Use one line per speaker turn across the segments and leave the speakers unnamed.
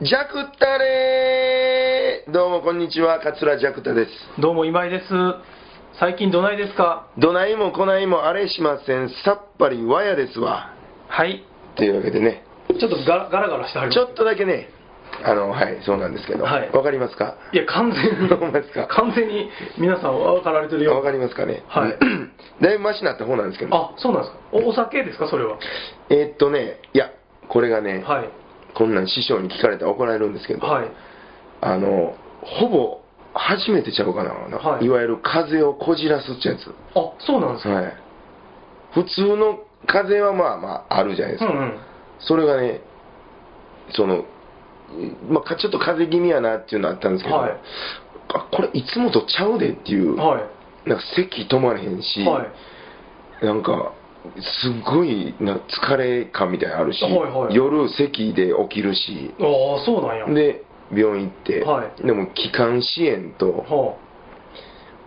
ジャクタレーどうもこんにちは、桂ジャクタです。
どうも今井です。最近どないですか
どないもこないもあれしません、さっぱりわやですわ。
はい。
というわけでね、
ちょっとガラガラガラしてはる。
ちょっとだけね、あの、はい、そうなんですけど、わ、
はい
かりますか
いや、完全に
ほんまですか、
完全に皆さん分かられてる
わ
よ。
かりますかね、
はい
だいぶマシになった方なんですけど、
あ、そうなんですか。おお酒ですか、それは。
えーっとね、いや、これがね、
はい。
こんなん師匠に聞かれたら怒られるんですけど、
はい。
あの、ほぼ初めてちゃうかな、
はい
い、わゆる風をこじらすってやつ。
あ、そうなんですか。
はい、普通の風はまあまああるじゃないです
う
か、
んうん。
それがねその、まあ、かちょっと風邪気味やなっていうのあったんですけど、
はい
あこれいつもとちゃうでっていう、
は
なんか咳止まれへんし、
い。はい。
なんかすっごいな疲れ感みたいなのあるし、
はいはい
夜咳で起きるし
ああ、そうなんや。
で病院行って、
はい
でも気管支炎と、
は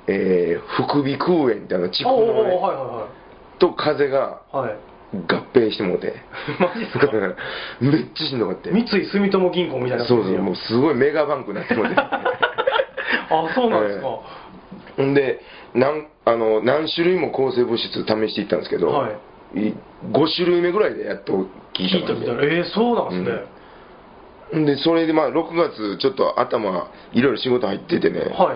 えー副鼻腔炎みたいな
あ。
地区
あ、お
の、
お
ね、
はいは
と風邪が
いはい。はい。
合併してもうて。
マジっすか。
めっちゃしんどかったよ
三井住友銀行みたいな
そう
感
そ
じや
うもうすごいメガバンクになってもね
あ、そうなんですか。
ほ んでなんあの何種類も抗生物質試していったんですけど、、
はい
5種類目ぐらいでやっと効い
聞い
た
た
ん
み
で
たいな。えー、そうなんですね。
ほんでそれでまあ6月ちょっと頭いろいろ仕事入っててね、
はい。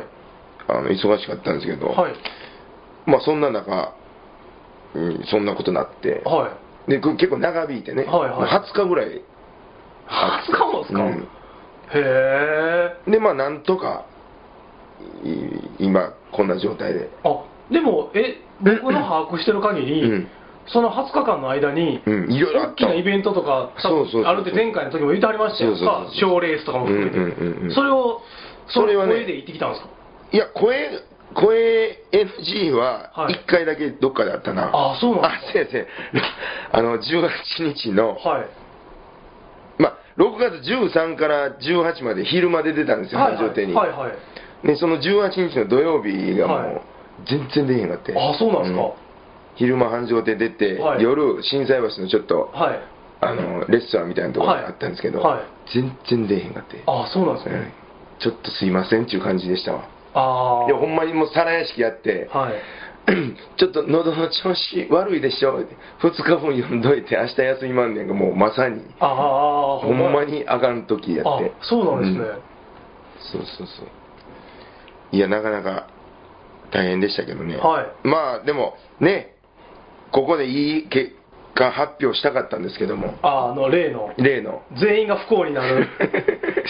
あの忙しかったんですけど、
はい。
まあそんな中、うん、そんなことになって、
はい。
でこれ結構長引いてね、
はいはい
20日ぐらい
はずかもですか、
うん
へえ
でまあなんとかい今こんな状態で
あでもえ僕の把握してる限り、
うん
その20日間の間に、
うんいろいろあった
大きなイベントとか多分
そうそうそうそう
あるって前回の時も言ってありましたよ
そうそうそうそう
賞レースとかも含めて、
うんうんうんうん
それを
それはね
その声で行ってきたんですか
いや声声 NG は
はい
1回だけどっかであったな、
あそうなん
あ
です
せやせやあの18日の、
かはい
まあ、6月13から18まで昼まで出たんですよ、
はい
繁盛
は
亭
い
に、
はいはい
でその18日の土曜日がもう、
はい
全然出へんかって
あそうなんですか、
う昼間繁盛亭出て、
はい
夜心斎橋のちょっと
はい
あのレストランみたいなところがあったんですけど、
はいはい
全然出へんかって
あそうなんですね、
うんちょっとすいませんっていう感じでしたわ
ああ
いやほんまにもう皿屋敷やって、
はい
ちょっと喉の調子悪いでしょ2日分読んどいて明日休みまんねんがもうまさに
ああ
ほんまにあかん時や
あ
って
そうなんですね、
うんそうそうそういやなかなか大変でしたけどね、
はい
まあでもねここでいい結果発表したかったんですけども
ああの例の
例の
全員が不幸になる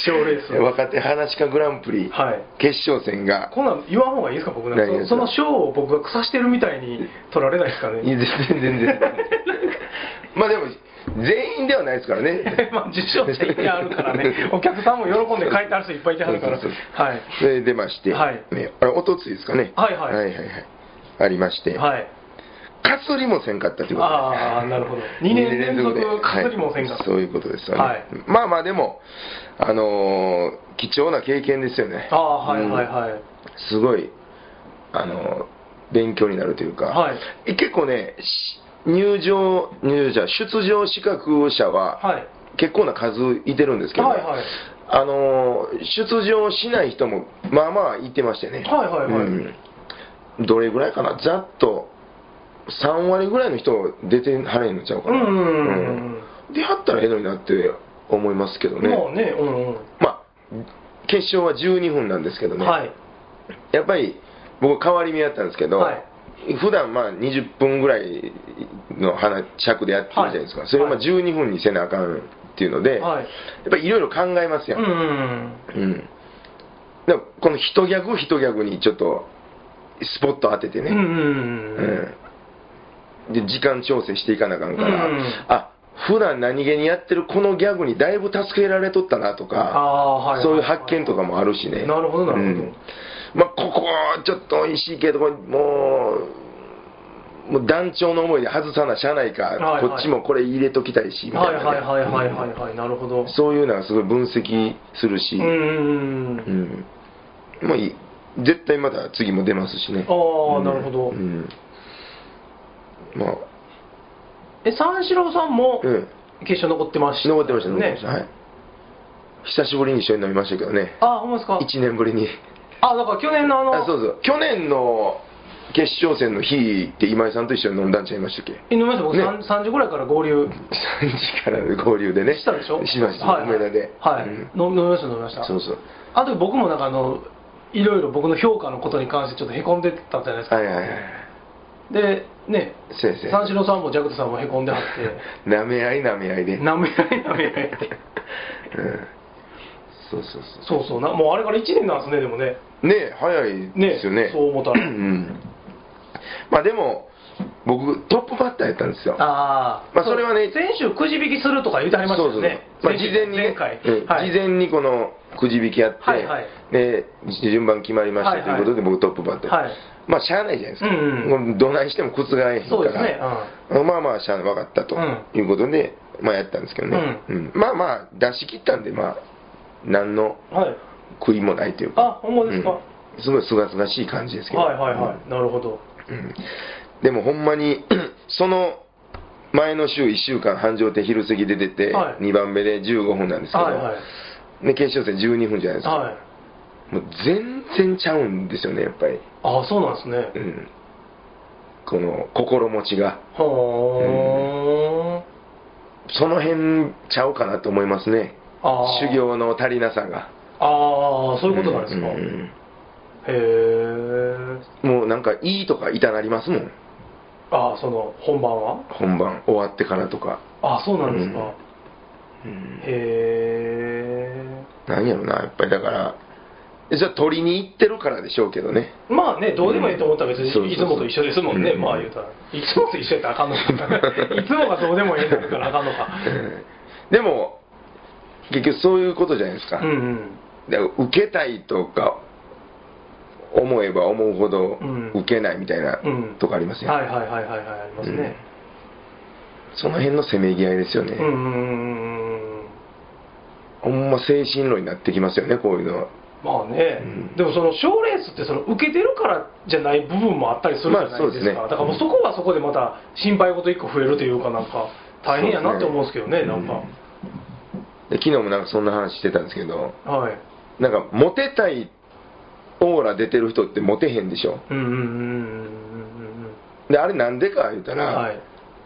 賞レース
若手話家グランプリ
はい
決勝戦が
こんなん言わん方がいいですか僕なん
何が
かそその賞を僕が腐してるみたいに取られないですか
いや
ね
全然全然まあでも全員ではないですからね
まあ受賞者いっぱいあるから ねお客さんも喜んで書いてある人いっぱいいてはるから
そうそうそう
はい
それで出まして、
はい
ね、あれおとついですかね
はいはい
はいはいはいありまして、
はい
かすりもせんかったということで
ああなるほど2年連続
で
かすりもせんか
は
っ
い、
た、
そういうことですよね、
はい
まあまあでもあのー貴重な経験ですよね
ああはいはい
うん
はい、
すごいあのー勉強になるというか、
はい
え結構ねし入場入場者出場資格者は、
はい
結構な数いてるんですけど、
はいはい
あのー出場しない人もまあまあいてましてね、
はいはいはい
うんどれぐらいかな、ざっと3割ぐらいの人出てはれへんのちゃうか
う
な、
んうんうんうん
うん出はったらええのになって思いますけどね、
もうねうんうん
まあ、決勝は12分なんですけどね、
はい
やっぱり僕、変わり目やったんですけど、
はい
普段まあ20分ぐらいの話尺でやってるじゃないですか、
はい
それをまあ
はい
12分にせなあかんっていうので、
はい
やっぱりいろいろ考えますや
うん
ん、
うん
うんでもこの一ギャグ一ギャグにちょっとスポット当てて
う
ね、
んうんうんうん
うんで時間調整していかなあかんから、
うん
あ普段何気にやってるこのギャグにだいぶ助けられとったなとか、
あーはい
そういう発見とかもあるしね、
なるほどなる
う
ほど
んまあ、ここはちょっと美味しいけど、これもう、もう団長の思いで外さなしゃあないか、
はいはい
こっちもこれ入れときたいしみたい
は
ないね、
はいはいはいはいはいなるほど
そういうのはすごい分析するし、
うんうんうん
うんもういい絶対また次も出ますしね。
あー
うん
なるほど
うんまあ
え三四郎さんも
うん
決勝残ってました
残ってました、残ってました。
ね
はい。久しぶりに一緒に飲みましたけどね
あほんまですか
1年ぶりに
あだから去年のあの
あそうそう去年の決勝戦の日って今井さんと一緒に飲んだんちゃいましたっけ
飲みました僕、
ね
三3時ぐらいから合流
3時からの合流でね
したでしょ
しました、
はい、
梅田で
はい、
うん
飲みました飲みました
そうそう
あと僕もなんかあのいろいろ僕の評価のことに関してちょっとへこんでたじゃないですか、
はいはいはい
でね
先生
三四郎さんもジャクトさんもへこんではっ
なめ合いなめ合いで
てなめないなめないって
うんそうそうそ
そうそうなもうあれから1年なんですねでもね
うね早い
ね
ですよね
そう思ったら
うんまあでも僕トップバッターやったんですよ
ああ
まあそれはね
先週くじ引きするとか言ってはりましたよね
そうそうそうまあ、事前に、ね
前回、
うん
はい
事前にこのくじ引きやって、
はいはい
で順番決まりました
はいはい
ということで、僕トップバッター、
はい
まあしゃあないじゃないですか、
うんうん
もどないしても覆えへんから
そうですね、
まあまあしゃあな分かったと
うん
いうことで、まあやったんですけどね、
う
うんまあまあ出し切ったんでまあ何の
うん、はい
悔いもないというか
あほんまですか、
うんすごいすがすがしい感じですけど
はいはいはい、なるほど
うんでもほんまに その前の週1週間繁盛亭昼過ぎで出て、
はい
2番目で15分なんですけど、
はいはい
で決勝戦12分じゃないですか、
はい
もう全然ちゃうんですよねやっぱり、
ああそうなんですね
うん、この心持ちが
は
その辺ちゃうかなと思いますね
ああー
修行の足りなさが
ああそういうことなんですか、
うんうん
へ
う
え
んもうなんかいいとか痛なりますもん
ああその本番は
本番終わってからとか、
ああそうなんですか、
うん
へえ
なんやろなやっぱりだからじゃあ取りに行ってるからでしょうけどね
まあねどうでもいいと思ったら別に
うん
いつもと一緒ですもんね、
そうそうそう
まあ言うたらいつもと一緒やったらあかんの かいつもがどうでもいいんだからあかんのか
うんでも結局そういうことじゃないですか、
うん
で受けたいとか思えば思うほど
うん
受けないみたいな
うん
とこあります
うん
よ、
はいはいはいはいはいありますね、
その辺のせめぎ合いですよね、
うんうんうんうん
ほんま精神論になってきますよねこういうのは
まあね、
うん
でもその賞レースってその受けてるからじゃない部分もあったりするじゃ
ま
な
あ
い
そう
で
ですす
か、
ね
だからもうそこはそこでまた心配事一個増えるというかなんか大変やなって思うんですけどねなんか、
で昨日もなんかそんな話してたんですけど
はい
なんかモテたいオーラ出てる人ってモテへんでしょ
うんうんうん
であれなんでか言うた
うんうんうんうん
ら、
はい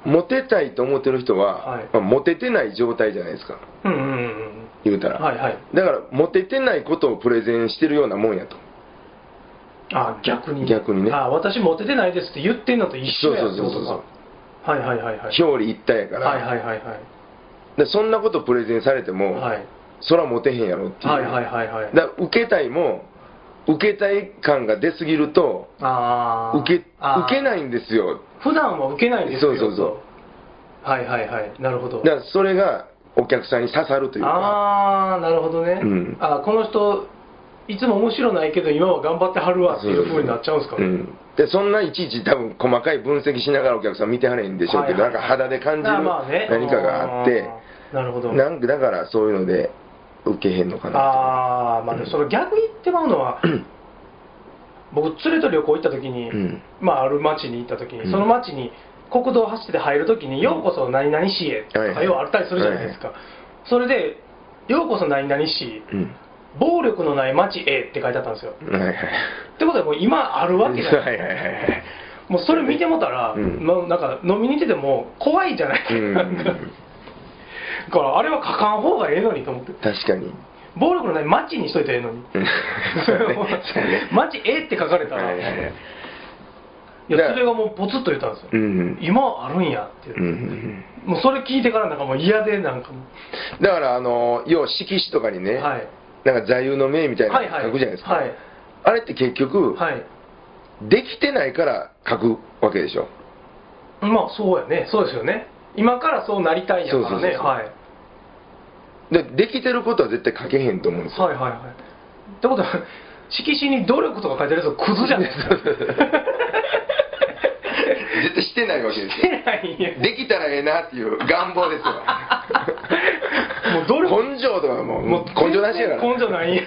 モテたいと思ってる人は、
はい
まあモテてない状態じゃないですか
うんうんうん
言うた
う
ら、
んはいはい
だからモテてないことをプレゼンしてるようなもんやと
あ逆に
逆にね
あ私モテてないですって言ってんのと一緒や
そうそうそうそう
ってことかはいはいはいは
表
い
裏一体やから、
はいはいはいはい
でそんなことプレゼンされても、
はい
そらモテへんやろっていう、
はいはいはいはい
だから受けたいも受けたい感が出すぎると
ああ
受け受
あー
けないんですよ
普段は受けないんですよ
そうそうそう
はいはいはいなるほど
だからそれがお客さんに刺さるというか
ああなるほどね、
うん
あーこの人いつも面白ないけど今は頑張ってはるわって
そう
い
そう
う
そう
風になっちゃうんですかね、
うんでそんないちいち多分細かい分析しながらお客さん見てはれへんでしょうけど、
はいはい
なんか肌で感じる
あーまあね
何かがあって、
あーなるほど
なんかだからそういうので受けへんのかな
ああまあでもその逆言ってまう のは、僕連れと旅行行った時に、
と、うん、
まあある町に行った時に、
うん
その町に国道走ってて入る時に、ようこそ何々市へと
はい
か
はい
ようあったりするじゃないですか、それでようこそ何々市
うん
暴力のない町へって書いてあったんですよ
はいはい
ってことはもう今あるわけじゃな い
はいはいはいはい
もうそれ見てもたら、
うん
もうなんか飲みに行ってても怖いじゃないです
う
か、
ん
なんか だからあれは書かん方がええのにと思って
確かに
暴力のない街にしといたらええのに
う んそうやねそうやね
街えって書かれたら、
はい
い
はいはい
やそれがもうポツッと言ったんですよ、
うん
今あるんやっていう
う、ん
もうそれ聞いてからなんかもう嫌でなんかも
だからあの要は色紙とかに
う
ね、
はい
なんか座右の銘みたいな
はい
の
はい
書くじゃないですか、
はい
あれって結局、
はい
できてないから書くわけでしょ
まあそうやねそうですよね今からそうなりたいんやからね
そうそうそうそう
はい
でできてることは絶対書けへんと思うんですよ、
はいはいはい。ってことは、色紙に努力とか書いてるやつはクズじゃないですか。
絶対してないわけです
して ないんや
よできたらええなっていう願望ですよ
もう努力。
根性とかもうもう根性なしやから
根性ないんや。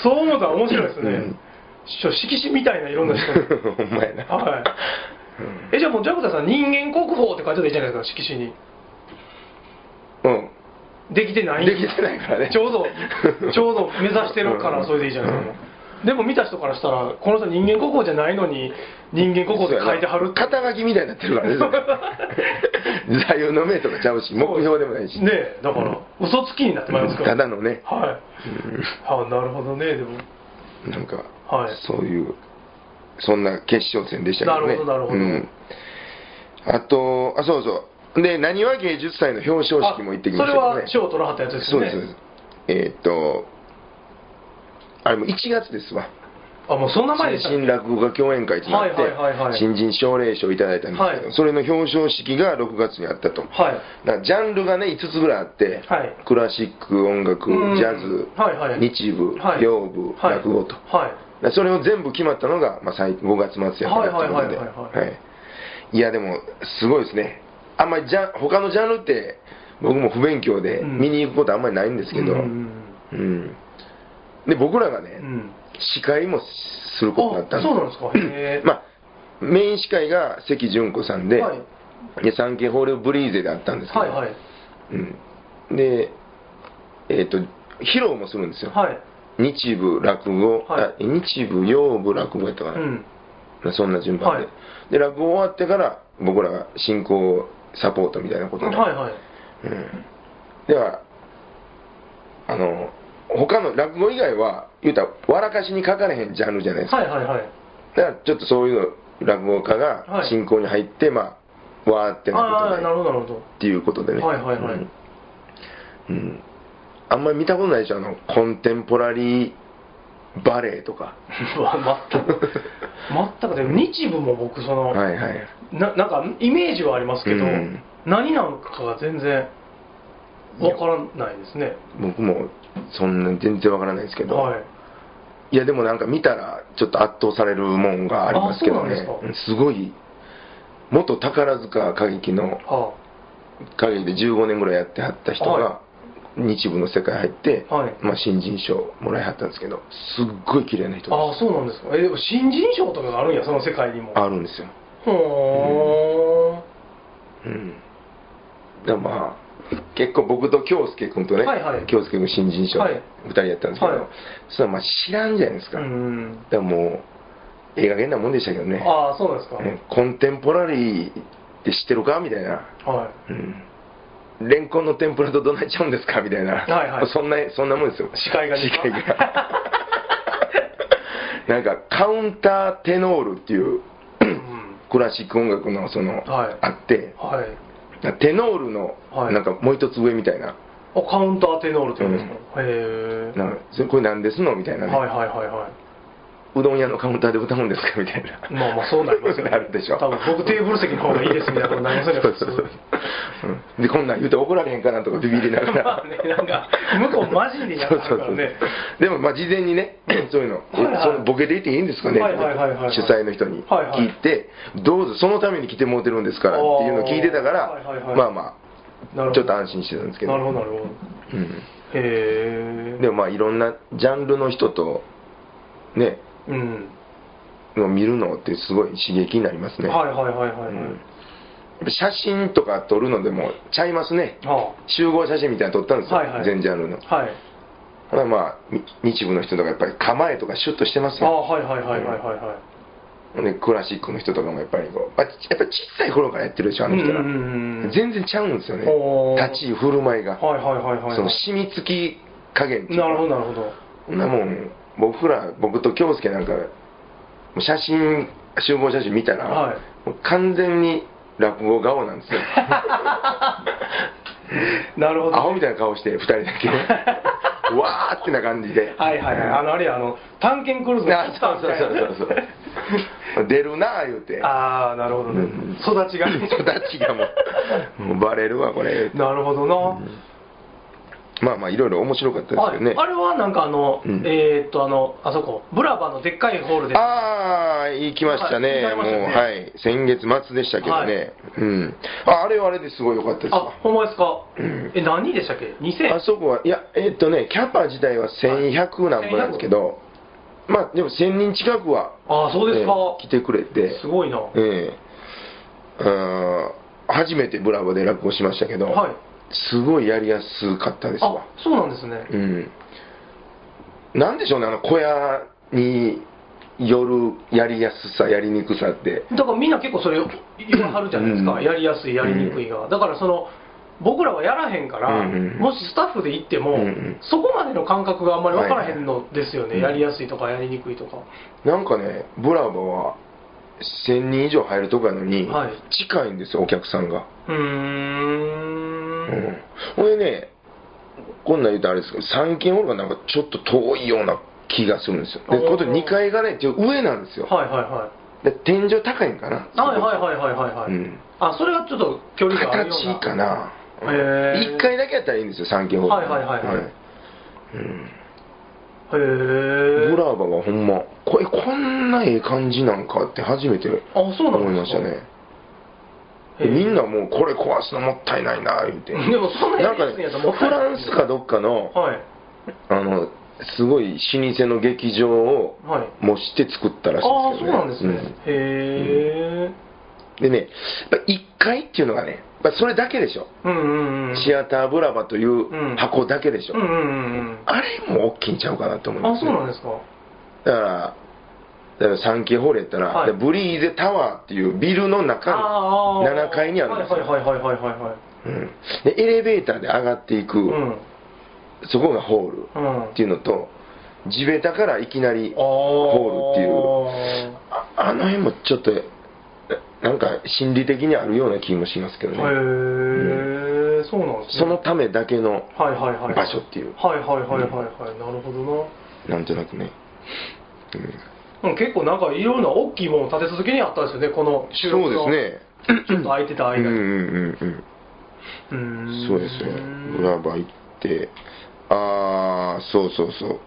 そう思うと面白いですね。
うん
しょ色紙みたいないろんな人。
ほんまやな、
はい。えじゃあもうジャクタさん人間国宝って書いてたらいいじゃないですか色紙に
うん
できてない
できてないからね
ちょ うどちょうど目指してるか
う
ら
ん
それでいいじゃないですかでも見た人からしたらこの人人間国宝じゃないのに人間国宝で書いてはるって
肩書きみたいになってるからね それ座右の銘とかちゃうし目標でもないし、
ねえだから嘘つきになってまいりますか
た
ら
だのね
はいあなるほどねでも
なんか、
はい
そういうそんな決勝戦でしたけどね
なるほどなるほど
うん、あとあそうそうでなにわ芸術祭の表彰式も行ってきましたけどね
あそれは賞を取らはったやつです
そ
よ
う
ね
ですそうですえーっとあれも1月ですわ
あもうそんな前でしたっけ
新進落語家共演会となって、
はいはいはいはい
新人奨励賞をいただいたんですけど、
はい
それの表彰式が6月にあったと、
はい
だからジャンルがね5つぐらいあって、
はい
クラシック音楽ジ
うん
ャズ、
はいはい
日舞、
はい
洋舞、
はい
落語と、
は
だ
い
からそれを全部決まったのが、まあ、最5月末やからってことで、
はいはいはいはいはい
いやでもすごいですねあんまりジャン他のジャンルって僕も不勉強で
うん
見に行くことあんまりないんですけど、
う
うん
うん
んで僕らがね、
うん
司会もすることになったん
あそうなんですかへえ
まあメイン司会が関純子さんで、
はい
で産経法令ブリーゼであったんですけど、
はいはい
うん、で、えっと披露もするんですよ、
はい
日舞落語、
はい
あ日舞洋舞落語やったか
う
な、
ん
そんな順番で、
はい
で落語終わってから僕らが進行サポートみたいなことで、
はいはい
うん、ではあの他の落語以外は言うたら笑かしに書かれへんジャンルじゃないですか、
はいはいはい
だからちょっとそういうの落語家
は
が
い
進行に入って、まあわーってな
あ
こ
あ
と
な
ない
るほどなるほど
っていうことでね
はいはいはい
うんうんあんまり見たことないでしょあのコンテンポラリーバレエとか
う わ全く全くでも日舞も僕その、
はいはい
ななんかイメージはありますけど、
うん
何なのかが全然わからないですね
僕もそんな全然わからないですけど、
はい
い、やでもなんか見たらちょっと圧倒されるもんがありますけどね
あそうなんです
ごい元宝塚歌劇の
は
歌劇で15年ぐらいやってはった人
は
が日舞の世界入って、
はい
まあ、新人賞もらいはったんですけどすっごい綺麗な人
あ、あ
で
あそうなんですかえでも新人賞とかがあるんやその世界にも
すあるんですよ
ほ
うんだからまあ結構僕と京介君とね、
はいはい
京介君新人賞
はい
で2人やったんですけど、
はい
それはまあ知らんじゃないです
ー
か、
う
だか
ん
らもうええ加減なもんでしたけどね
ああそうなんですか、
うんコンテンポラリーって知ってるかみたいな、
は
うん、レンコンの天ぷらとどないちゃうんですかみたいな、
はいはい
そんなそんなもんですよ
い司会が
司
です
会
か
がなんかカウンターテノールっていう
うん
クラシック音楽のその、
はい
あって
はい
テノールの
はい
なんかもう一つ上みたいな,、
あカウンターテノールって言うんですか、へえ
なんかそれこれ何ですのみたいなね、
はいはいはいはいう
どん屋のカウンターで歌うんですかみたいな
まあまあそうなりますよね
なるでしょ
多分僕テーブル席の方がいいですみたいなことになりますよ ね
そうそうそううんでこんなん言うて怒られへんかなとかビビりながら
まあねなんか向こうマジでやってるか
そ
らね
うそうそうでもまあ事前にねそういうの、
いはい
そのボケでいていいんですかね、
はいはいはいはいはい
主催の人に
はいはい
聞いて、どうぞそのために来てもうてるんですからっていうのを聞いてたから、
あーはいはいはい
まあま
な
あ
るほど
ちょっと安心してたんですけど
なるほどなるほど
うん
へえ
でもまあいろんなジャンルの人とね
うん
の見るのってすごい刺激になりますね、
はいはいはいはいはい、
うん写真とか撮るのでもちゃいますね
は
集合写真みたいなの撮ったんですよ、
はいはい
全ジャンルの
あはい
ほらまあみ日舞の人とかやっぱり構えとかシュッとしてます
あ
よ
はいはいはいはいはいはい
ね、クラシックの人とかもやっぱりこう、まあ、ちやっぱり小さい頃からやってるでしょあの人ら、
うんうんうん
全然ちゃうんですよね
ほう
立ち居振る舞いが、
はいはいはいはいはい
その染みつき加減っていうか
なるほどなるほど
そんなもん僕ら僕と京介なんかもう写真集合写真見たら、
はい
もう完全に落語顔なん ですよ
なるほど
アホみたいな顔して2人だ けうわーってな感じで
はいはいはいあのあれやあの探検クルーズの
あそうそうそうそうそう出るなあ言うて
ああなるほどね、
うん
育ちが
人たちがもうもうバレるわこれ
なるほどな、
まあまあいろいろ面白かったですよね、
はい、あれはなんかあの、
うん
えーっとあのあそこブラバのでっかいホールで
ああ行きましたね,、
はい行かれましたね
もうはい先月末でしたけどね、
はい
うんああれはあれですごい良かったです
あ
わ
ほんまですか、
ん
え何でしたっけ
あ
2000
そこはいやえっとねキャパ自体は1100何本なんですけど、まあでも1000人近くは
あそうですか、
ええ来てくれて
すごいな、
ええあー初めてブラボーで落語しましたけど、
はい
すごいやりやすかったですわ
あそうなんですね、
うんなんでしょうねあの小屋によるやりやすさやりにくさって
だからみんな結構それ言わはるじゃないですか、
うん
やりやすいやりにくいが、だからその僕らはやらへんから、
うんうん
もしスタッフで行っても、
うんうん
そこまでの感覚があんまり分からへんのですよね、
はいはい
やりやすいとかやりにくいとか、
なんかねブラバは1000人以上入るとこやのに、
はい
近いんですよお客さんが
うー
うんんほ、んでねこんなん言うとあれですけど3軒おるがなんかちょっと遠いような気がするんですよで
おー
こと2階がねちょ上なんですよ、
はいはいはい
で天井高いんかな
はいはいはいはいはいはい、
うん
あそれはちょっと距離があるような
形かな
へー
1回だけやったらいいんですよ3軒ほど
はいはいはいはい
うん
へえ
ブラーバはほんまこれこんなええ感じなんかって初めて
あそう
思
ないんで
まし
すか
たね
へ
で
え
みんなもうこれ壊すのもったいないな言うて
でもそんな
な
や
ん
つ
か
や
ね
ったらもう
フランスかどっかの
はい
あのすごい老舗の劇場を
はい
模して作ったらしい
ああ
んです
ーそ
け
う
どね
なんですね、
う
へえ
んでねやっぱ1階っていうのがねやっぱそれだけでしょ
うんうんうん
シアターブラバという
うん
箱だけでしょ、
うんうんうんうん
あれも大きいんちゃうかなと思いま
あ
す、
そうなんですか
だからだからサンキホールやったら、
はい
でブリーゼタワーっていうビルの中
あ
に
ー
7階にあるんですよ、
はいはいはいはいはいはい
うんでエレベーターで上がっていく、
うん
そこがホール
うん
っていうのと地べたからいきなりホールっ
ホ
ていう
へ
ああの辺もちょっとえなんか心理的にあるような気もしますけどね、
え、そうなんですね
そのためだけの
はいはいはい
場所っていう
はいはいはいはいはいなるほど
なんとなくね、うん
なうん結構なんかいろんな大きいものを立て続けにあったんですよねこの収
そう
録
で
の
すね
ちょっと空いてた
うん
間
うん
に
うんうん
うーん
そうですねグラバ行ってああそうそうそう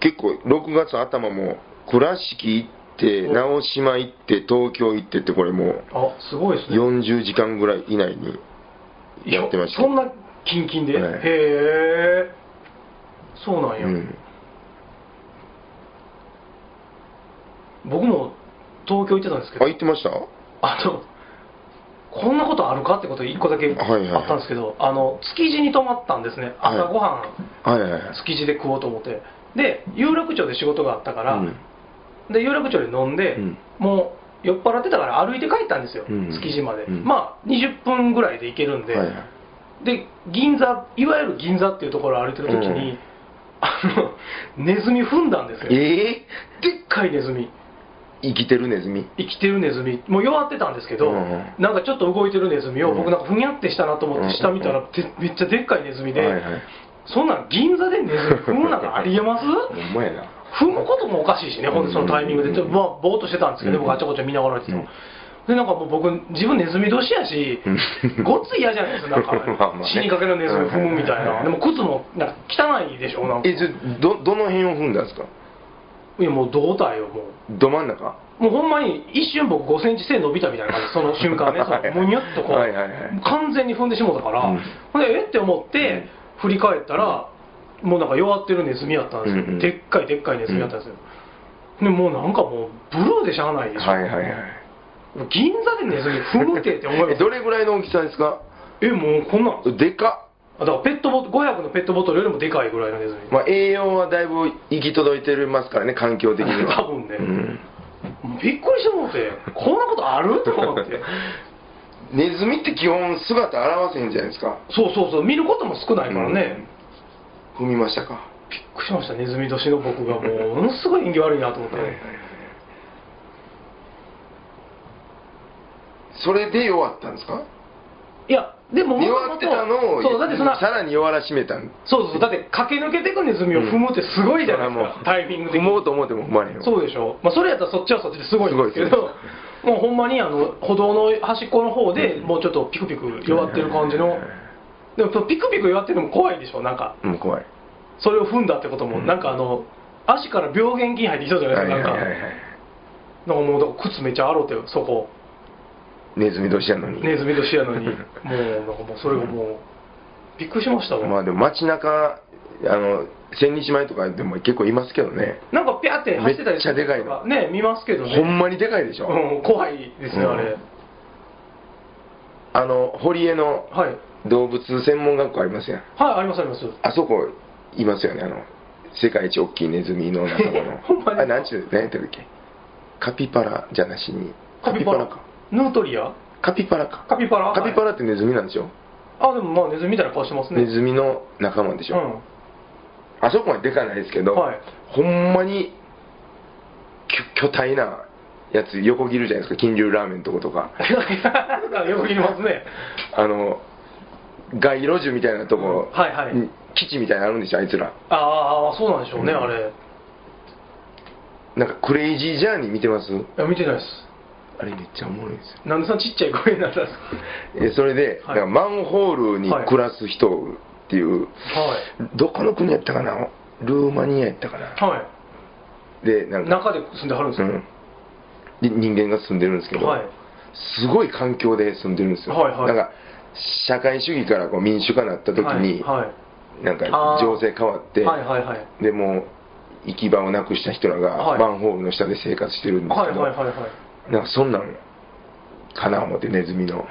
結構6月頭も倉敷行って
お
直島行って東京行ってってこれも
あすごいです
う
ね
40時間ぐらい以内にやってました
そんなキンキンで、
はい
へえそうなんや、
うん
僕も東京行ってたんですけ
あ
ど
行ってました
あのこんなことあるかってこと1個だけあ
はいはい
ったんですけど、あの築地に泊まったんですね
はい
朝ごはん、
はいはいはい
築地で食おうと思ってで有楽町で仕事があったから、
うん
で有楽町で飲んで、
うん
もう酔っ払ってたから歩いて帰ったんですよ、
うん
築地まで、
うん
まあ20分ぐらいで行けるんで、
はいはい
で銀座いわゆる銀座っていうところを歩いてる
う
時に、
ん
あのネズミ踏んだんですよでっ
え
かいネズミ
え生きてるネズミ
生きてるネズミもう弱ってたんですけど、
うん
なんかちょっと動いてるネズミを、
うん
僕なんかふにゃってしたなと思って下見たら、てめっちゃでっかいネズミで、
はいはい
そんなん銀座でネズミ踏むなんかありえます
ほんまやな
踏むこともおかしいしね、ほんでそのタイミングで、ちょっとまあ、ぼーっとしてたんですけ
う
ど、
ん
僕、あちゃこちゃ見ながらやってて
う
も
ん
で、なんかもう僕、自分、ネズミ年やし
う、ん
ごっつい嫌じゃないですか、なんか
まあまあね、
死にかけのネズミ踏むみたい
うん
な、でも靴もなんか汚いでしょ、なんか、
え
い
じゃどどの辺を踏んだんですか
や、もう胴体をも
ど真ん中
う、もうほんまに一瞬、僕、5センチ背伸びたみたいな感じ、その瞬間ね、そ
はいはい
のむにゅっとこ、
はいはいはいう
完全に踏んでしもうたから
うん、
ほんで、えって思って、振り返ったら、もうなんか弱ってるネズミやったんですよ、
うんうん
でっかいでっかいネズミやったんですよ。でもうなんかもうブルーでしゃあないでしょ、
はいはいはい
銀座でネズミ踏むてって思
え
えば
どれぐらいの大きさですか
えもうこんなんあ
でか
だからペットボトル500のペットボトルよりもでかいぐらいのネズミ
っ、まあ、栄養はだいぶ行き届いてますからね環境的には
多分ね
うん
びっくりしてもうてこんなことあると 思って
ネズミって基本姿現せへんじゃないですか
そうそうそう見ることも少ないからね、
踏みましたか
びっくりしましたネズミ年の僕がもうものすごい演技悪いなと思って、
それで弱ったんですか
いやでも
弱ってたのを
そうだってそんな
さらに弱らしめたん
そうそうだって駆け抜けてくネズミを踏むってすごいじゃないですか、
うん
タイミング的
踏
に
もうと思っても踏まれへんわ
そうでしょ、まあ、それやったらそっちはそっちですごいんですけ
すごい
ど、もうほんまにあの歩道の端っこの方で、もうちょっとピクピク弱ってる感じの、でもそのピクピク弱ってるのも怖いでしょ、なんか、
もう怖い
それを踏んだってことも、
うん
なんかあの、足から病原菌入ってきそうじゃないですか、なんか、
はいはいはいはい
なんかもうだから靴めっちゃあろうて、そこ、
ネズミ同士やのに
ネズミ年やのに、もう、なんかもう、それがもう、びっくりしましたわ。
まあでも街中あの千日前とかでも結構いますけどね
なんかピャーって走ってたりする
めっちゃで
と
か
かね見ますけどね
ほんまにでかいでしょ、
うん怖いですね、あ
う
れ
んあの堀江の
はい
動物専門学校ありますやん
はいありますあります
あそこいますよねあの世界一大きいネズミの仲間
ほんま
の
に
あなんちゅう何やったっけカピバラじゃなしに
カピバラ
か
ヌートリア
カピバラか
カピバラ
カピバ
ラ
ラってネズミなんでしょ、
あでもまあネズミみたいな顔してますね
ネズミの仲間でし
う
ょ、
ん
あそこまででかないですけど、
はい
ほんまに巨巨大なやつ横切るじゃないですか金龍ラーメンのとことか
横切りますね
あの街路樹みたいなとこ、
うんはいはい
に基地みたいなのあるんでしょあいつら
ああそうなんでしょうね、
うん
あれい
なんかクレイジージャーニー見てます
や見てないです
あれめっちゃおもろいですよ
なんでそんなちっちゃい声になったんです
えそれで、
は
だか
い
らマンホールに暮らす人っていう、
かはい
どこの国やったかなルーマニアやったかな、
は
でなん
い
か、
中で住んではるんです
う
よ、
ん、で人間が住んでるんですけど、
はい
すごい環境で住んでるんですよ、
はいは
な
い
んか社会主義からこう民主化になった時に、
はいはい
なんか
あー
情勢変わって、
はいはいはい
でもう行き場をなくした人ら
は
が
い
マンホールの下で生活してるんです
はい
けど、
はいはいはい
なんかそんなんかな思ってネズミの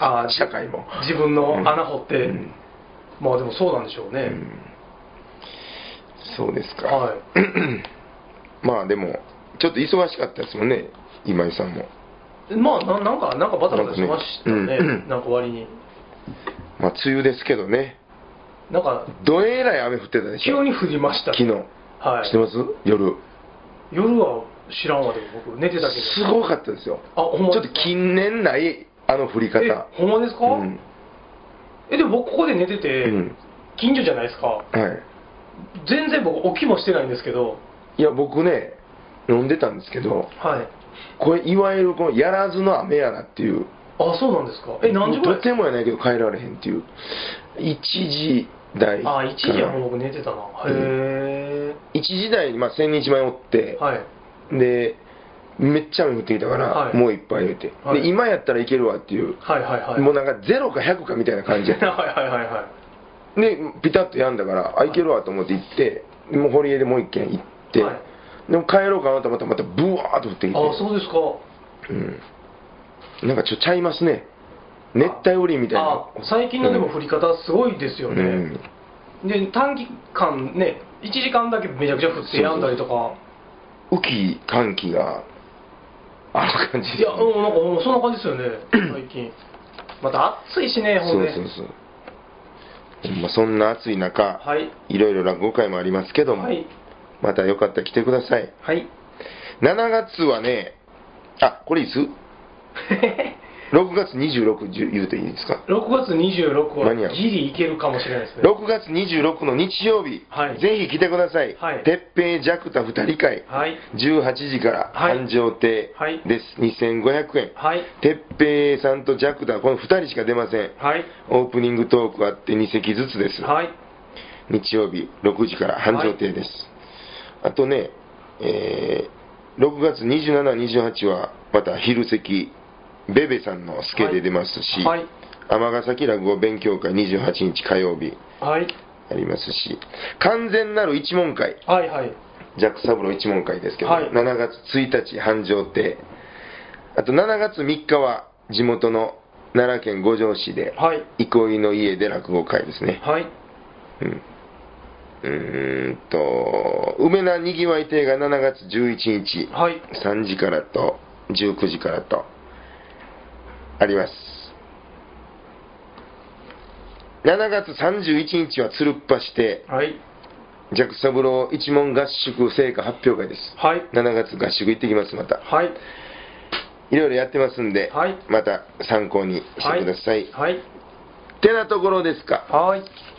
あー
社会も。
自分の穴掘って、
うん
まあでもそうなんでしょう
う
ね、
んそうですか、
はい
まあでもちょっと忙しかったですもんね今井さんも
まあななんかなんかバタバタしましたね
なんかねうん
なんか割に
まあ梅雨ですけどね
なんか
どえらい雨降ってたでしょ
急に降りました
昨日、
はい
知ってます夜
夜は知らんわでも僕寝てたけ
す
ど
ごかったですよ
あほんま
ち
で
ょっ
す
と
か
近年ないあの降り
え
方
ほんまですか、
うん、
えでも僕ここで寝てて、
うん
近所じゃないですか
はい
全然僕起きもしてないんですけど
いや僕ね飲んでたんですけど
はい
これいわゆるこのやらずの雨やなっていう
あそうなんですかえ何時ぐらい
とてもやないけど帰られへんっていう1時台
あ1時は
かな
もう僕寝てたな
うん
へ
1時台に、まあ、千日前おって
え、はい
でめっちゃ雨降ってきたから、
はい
もういっぱい入れて、
はい
で今やったらいけるわっていう、
はいはいはい
もうなんか0か100かみたいな感じやった
はいはいはいはい
でピタッとやんだからあいけるわと思って行ってもう堀江でもう一軒行って、
はい
でも帰ろうかなと思ったらまたブワーッと降ってきて
あそうですか
うん、なんかちょっとちゃいますね熱帯雨林みたいな
あ最近のでも降り方すごいですよ
う
ね、
ん
で短期間ね1時間だけめちゃくちゃ降ってやんだりとか
雨季寒気があの感じです
いやうんなんかもうそんな感じですよね 最近また暑いしねほ
そ
ん
う
で
そうそうほんまそんな暑い中、
はい
いろいろ落語会もありますけども、
はい
またよかったら来てください。
はい
7月はね、あ、これいつ ?6 月26じゅ言うていいですか
6月26
間に合
は
う
ギリいけるかもしれないですね
?6 月26の日曜日、
はい
ぜひ来てください。
はい
鉄平ジャクタ2人会、
はい
18時から
はい
繁盛亭
はい
です。2500円。
はい
鉄平さんとジャクタ、この2人しか出ません。
はい
オープニングトークあって2席ずつです。
はい
日曜日6時から繁盛亭です、あとね、えー6月2728はまた昼席ベベさんの助で出ますし
はい
尼、崎落語勉強会28日火曜日
はい
ありますし完全なる一問会
はいはい
ジャック三郎一問会ですけど、
はい
7月1日繁盛亭あと7月3日は地元の奈良県五条市で
はい
憩いの家で落語会ですね、
はい
うんうーんと、梅名にぎわい亭が7月11日、
はい
3時からと19時からと、あります。7月31日はつるっぱして、
はい
ジャクソブロー一門合宿成果発表会です。
はい
7月合宿行ってきます、また。
はい
いろいろやってますんで、
はい
また参考にしてください。
はい
てなところですか。
はい